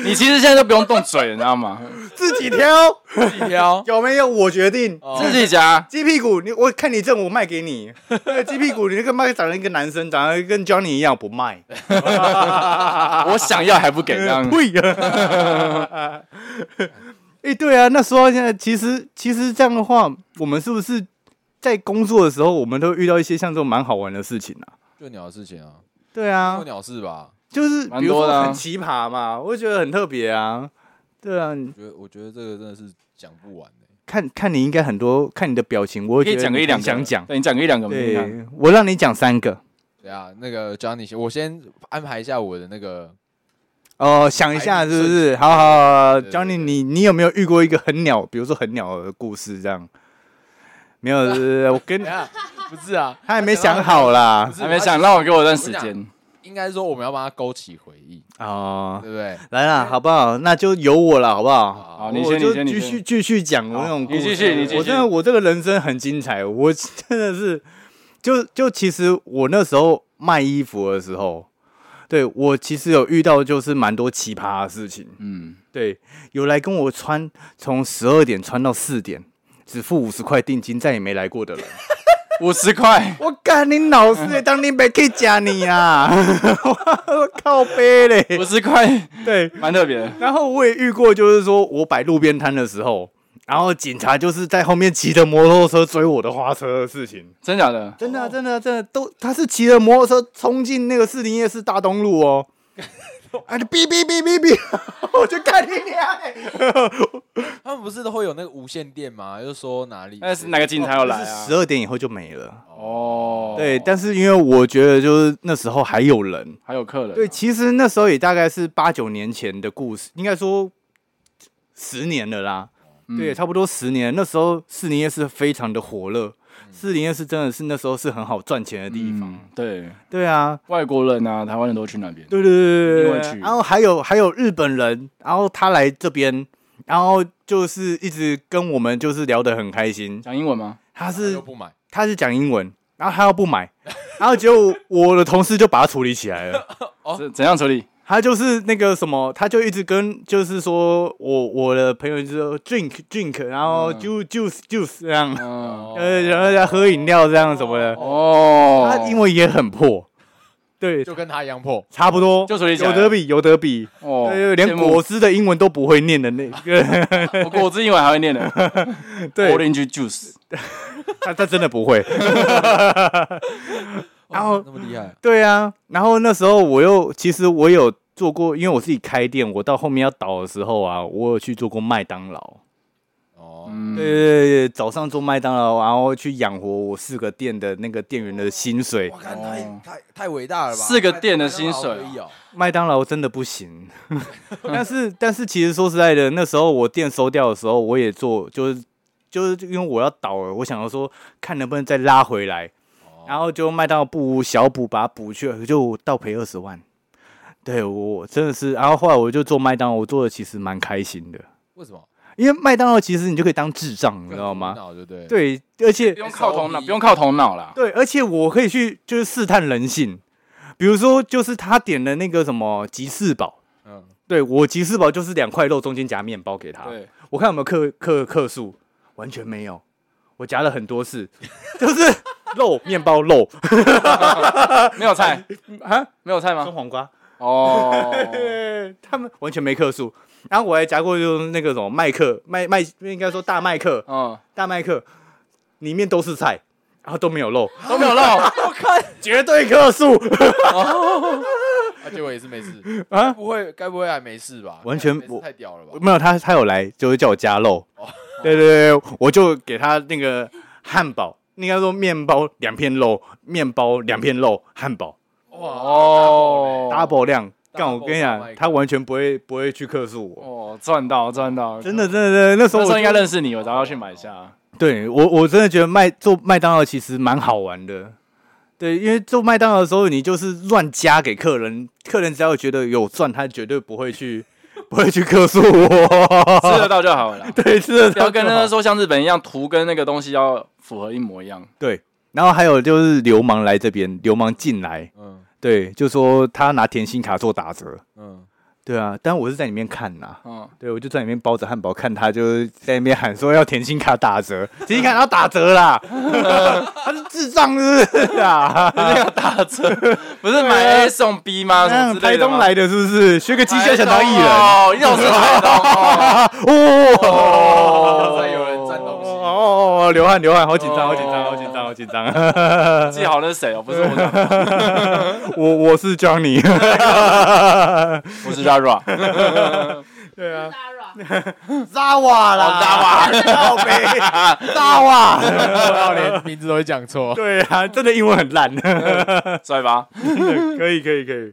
C: 你其实现在都不用动嘴，你知道吗？
B: 自己挑，
A: 自己挑
B: 有没有我决定。
A: [laughs] 哦
C: 自己夹，
B: 鸡屁股，你我看你正，我卖给你。 [laughs] 对鸡屁股，你那个卖长得一个男生，长得跟 Johnny 一样，我不卖。
C: 我想要还不给，这样
B: [laughs] 会呀。哎，对啊，那说到现在，其实其实这样的话，我们是不是在工作的时候，我们都遇到一些像这种蛮好玩的事情啊？
A: 就鸟的事情啊，
B: 对啊
A: 做，鸟事吧。
B: 就是
C: 蛮
B: 比如
C: 多的
B: 说
C: 啊
B: 很奇葩嘛，我就觉得很特别啊。对啊，你
A: 我觉得我觉得这个真的是讲不完欸的、
B: 看看你应该很多，看你的表情，我
C: 可
B: 也
C: 以讲个一两个，
B: 想讲。
C: 对你讲个一两个，我们听听看
B: 对，我让你讲三个
A: 对啊，那个 Johnny，先我先安排一下我的那个，
B: 哦，想一下
A: 排名
B: 是不
A: 顺
B: 是？好好好
A: 对对
B: ，Johnny，
A: 对
B: 你你有没有遇过一个很鸟，比如说很鸟的故事这样？ [laughs] 没有，对对对我跟
A: 等一下 [laughs] 不是啊，
B: 他还没想好啦
A: 不。是
C: 还没想，让我给我一段时
A: 我
C: 间
A: 想。应该说我们要帮他勾起回忆，
B: 哦，
A: 对不对？
B: 来啦，好不好？那就由我了，好不好？
A: 好
C: 好，
A: 啊，
C: 你
B: 我
C: 先，
B: 就
C: 你先，
B: 继
C: 你
B: 续
C: 先。
B: 继续讲我那种故
C: 你
B: 事。
C: 继续你继续
B: 我真的，我这个人生很精彩，我真的是，就就其实我那时候卖衣服的时候，对我其实有遇到就是蛮多奇葩的事情。
C: 嗯，
B: 对，有来跟我穿，从十二点穿到四点，只付五十块定金，再也没来过的人。
C: 五十块，
B: 我干你老师，当你没去加你啊！ [laughs] 我靠背嘞，
C: 五十块，
B: 对。
C: 蛮特别。
B: 然后我也遇过，就是说我摆路边摊的时候，然后警察就是在后面骑着摩托车追我的花车的事情。
C: 真假的？
B: 真的啊、真的啊、真的都，他是骑着摩托车冲进那个士林夜市大东路哦。啊！你哔哔哔哔哔， [laughs] 我就干你娘嘞！
A: 他们不是都会有那个无线电吗？就说哪里
C: 那是哪个警察要来啊
B: 哦十？二点以后就没了。
C: 哦，
B: 对，但是因为我觉得就是那时候还有人，
C: 还有客人。
B: 对，，啊其实那时候也大概是八九年前的故事，应该说十年了啦，
C: 嗯
B: 对，，差不多十年。那时候士林夜市非常的火热，士林夜市真的是那时候是很好赚钱的地方。
C: 嗯，对，
B: 对啊，
C: 外国人啊，台湾人都去那边。
B: 对对对对
C: 另
B: 对
C: 外
B: 对。
C: 去
B: 然后还有还有日本人，然后他来这边，然后就是一直跟我们就是聊得很开心。
C: 讲英文吗？
B: 他
A: 是
B: 是
A: 又不买，
B: 他是讲英文，然后他又不买，然后结果我的同事就把他处理起来了。
A: 哦
C: 怎怎样处理？
B: 他就是那个什么，他就一直跟，就是说我我的朋友就说 drink drink，然后
C: 嗯
B: juice juice juice 这样，
C: 嗯，
B: 呃，然后在喝饮料这样什么的。
C: 哦，
B: 啊他英文也很破，对，
A: 就跟他一样破，
B: 差不多，
C: 就处理起来
B: 有得比有得比，
C: 哦，
B: 对，连
C: 羡慕
B: 果汁的英文都不会念的那
C: [laughs]
B: 个，
C: 我果汁英文还会念的
B: 对，
C: ，orange juice。
B: 他他真的不会。然后
A: 哦那么厉害，
B: 对啊，然后那时候我又其实我有做过，因为我自己开店，我到后面要倒的时候啊，我有去做过麦当劳。
A: 哦，
C: 嗯，
B: 对对对，早上做麦当劳，然后去养活我四个店的那个店员的薪水
A: 我。看
C: 哦
A: 太太太伟大了吧？
C: 四个
A: 麦
C: 店的
A: 麦当劳
C: 薪水
A: 可以哦，
B: [laughs] 麦当劳真的不行， [laughs] 但是但是其实说实在的，那时候我店收掉的时候，我也做就是就是因为我要倒了，我想要说看能不能再拉回来，然后就麦当劳补小补把它补去，就倒赔二十万。对我真的是，然后后来我就做麦当劳，我做的其实蛮开心的，
A: 为什么？
B: 因为麦当劳其实你就可以当智障，你知道吗？
A: 脑对不对？，
B: 对，而且
C: 不用靠头脑，不用靠头脑啦。
B: 对，而且我可以去就是试探人性，比如说就是他点的那个什么吉士堡，
A: 嗯，
B: 对我吉士堡就是两块肉中间夹面包给他，
C: 对，
B: 我看有没有克克克数，完全没有，我夹了很多次，就是肉面包肉 [laughs]
C: 没有菜，
B: 啊，
C: 没有菜
B: 酸
C: 吗？
B: 黄瓜， [laughs]
C: 哦，
B: 对，他们完全没克数。然后我还夹过就是那个什么麦克麦麦，应该说大麦克
C: 嗯，
B: 大麦克，里面都是菜，然后都没有肉，
C: 都没有肉，
B: [laughs] 绝对克数。
A: 啊，结果也是没事
B: 啊
A: 啊，该不会该不会还没事吧？
B: 完全
A: 该没事
B: 我
A: 太屌了吧？
B: 没有，他他有来，就是叫我加肉。对对对，我就给他那个汉堡，应该说面包两片肉，面包两片肉，汉堡
C: 哦
B: double 量。干，我
A: double
B: 跟你
A: 大麦
B: 讲，
A: 克
B: 他完全不会不会去克诉我。
C: 哦，赚到赚到，
B: 真的真的真的，那时候
C: 那时
B: 我
C: 候应该
B: 就
C: 认识你，我找他去买一下。啊
B: 对我我真的觉得麦做麦当劳其实蛮好玩的。对，因为做麦当劳的时候，你就是乱加给客人，客人只要觉得有赚，他绝对不会去 [laughs] 不会去克诉
C: 吃得
B: 我。
C: 到就好了啦，
B: [laughs] 对，吃 [laughs] 的
C: 不要跟他说像日本一样，图跟那个东西要符合一模一样。
B: 对，然后还有就是流氓来这边，流氓进来，
A: 嗯
B: 对，就说他拿甜心卡做打折，
A: 嗯，
B: 对啊，但我是在里面看呐、
C: 嗯，
B: 对我就在里面包着汉堡看他，就是在那边喊说要甜心卡打折，甜心卡要打折啦， [laughs] 他是智障是不是啊？
C: 打折不是买 A 送 B 吗？什么之
B: [laughs] 台
C: 类的
B: 东
C: 吗？
B: 来的是不是？学个技校想当艺人
C: 哦，你老是台东
B: [laughs]
A: [laughs]
C: 哦，
B: 哦，
A: 再有人占东西
B: 哦哦哦，流汗流汗，好紧张，
C: 哦
B: 好紧张，好紧张，好紧张。 [laughs]
C: 记好那是谁哦？不是我讲，
B: 我我是 Johnny， [laughs]
C: 不是 Rara，
B: 对啊。
D: Zara
B: 扎瓦
A: 哦
B: 啦，扎瓦，靠北，扎瓦。
A: 然后 [laughs] 连名字都会讲错，
B: 对啊，真的英文很烂。 [laughs]
C: 帅吧？
B: 可以，可以，可以。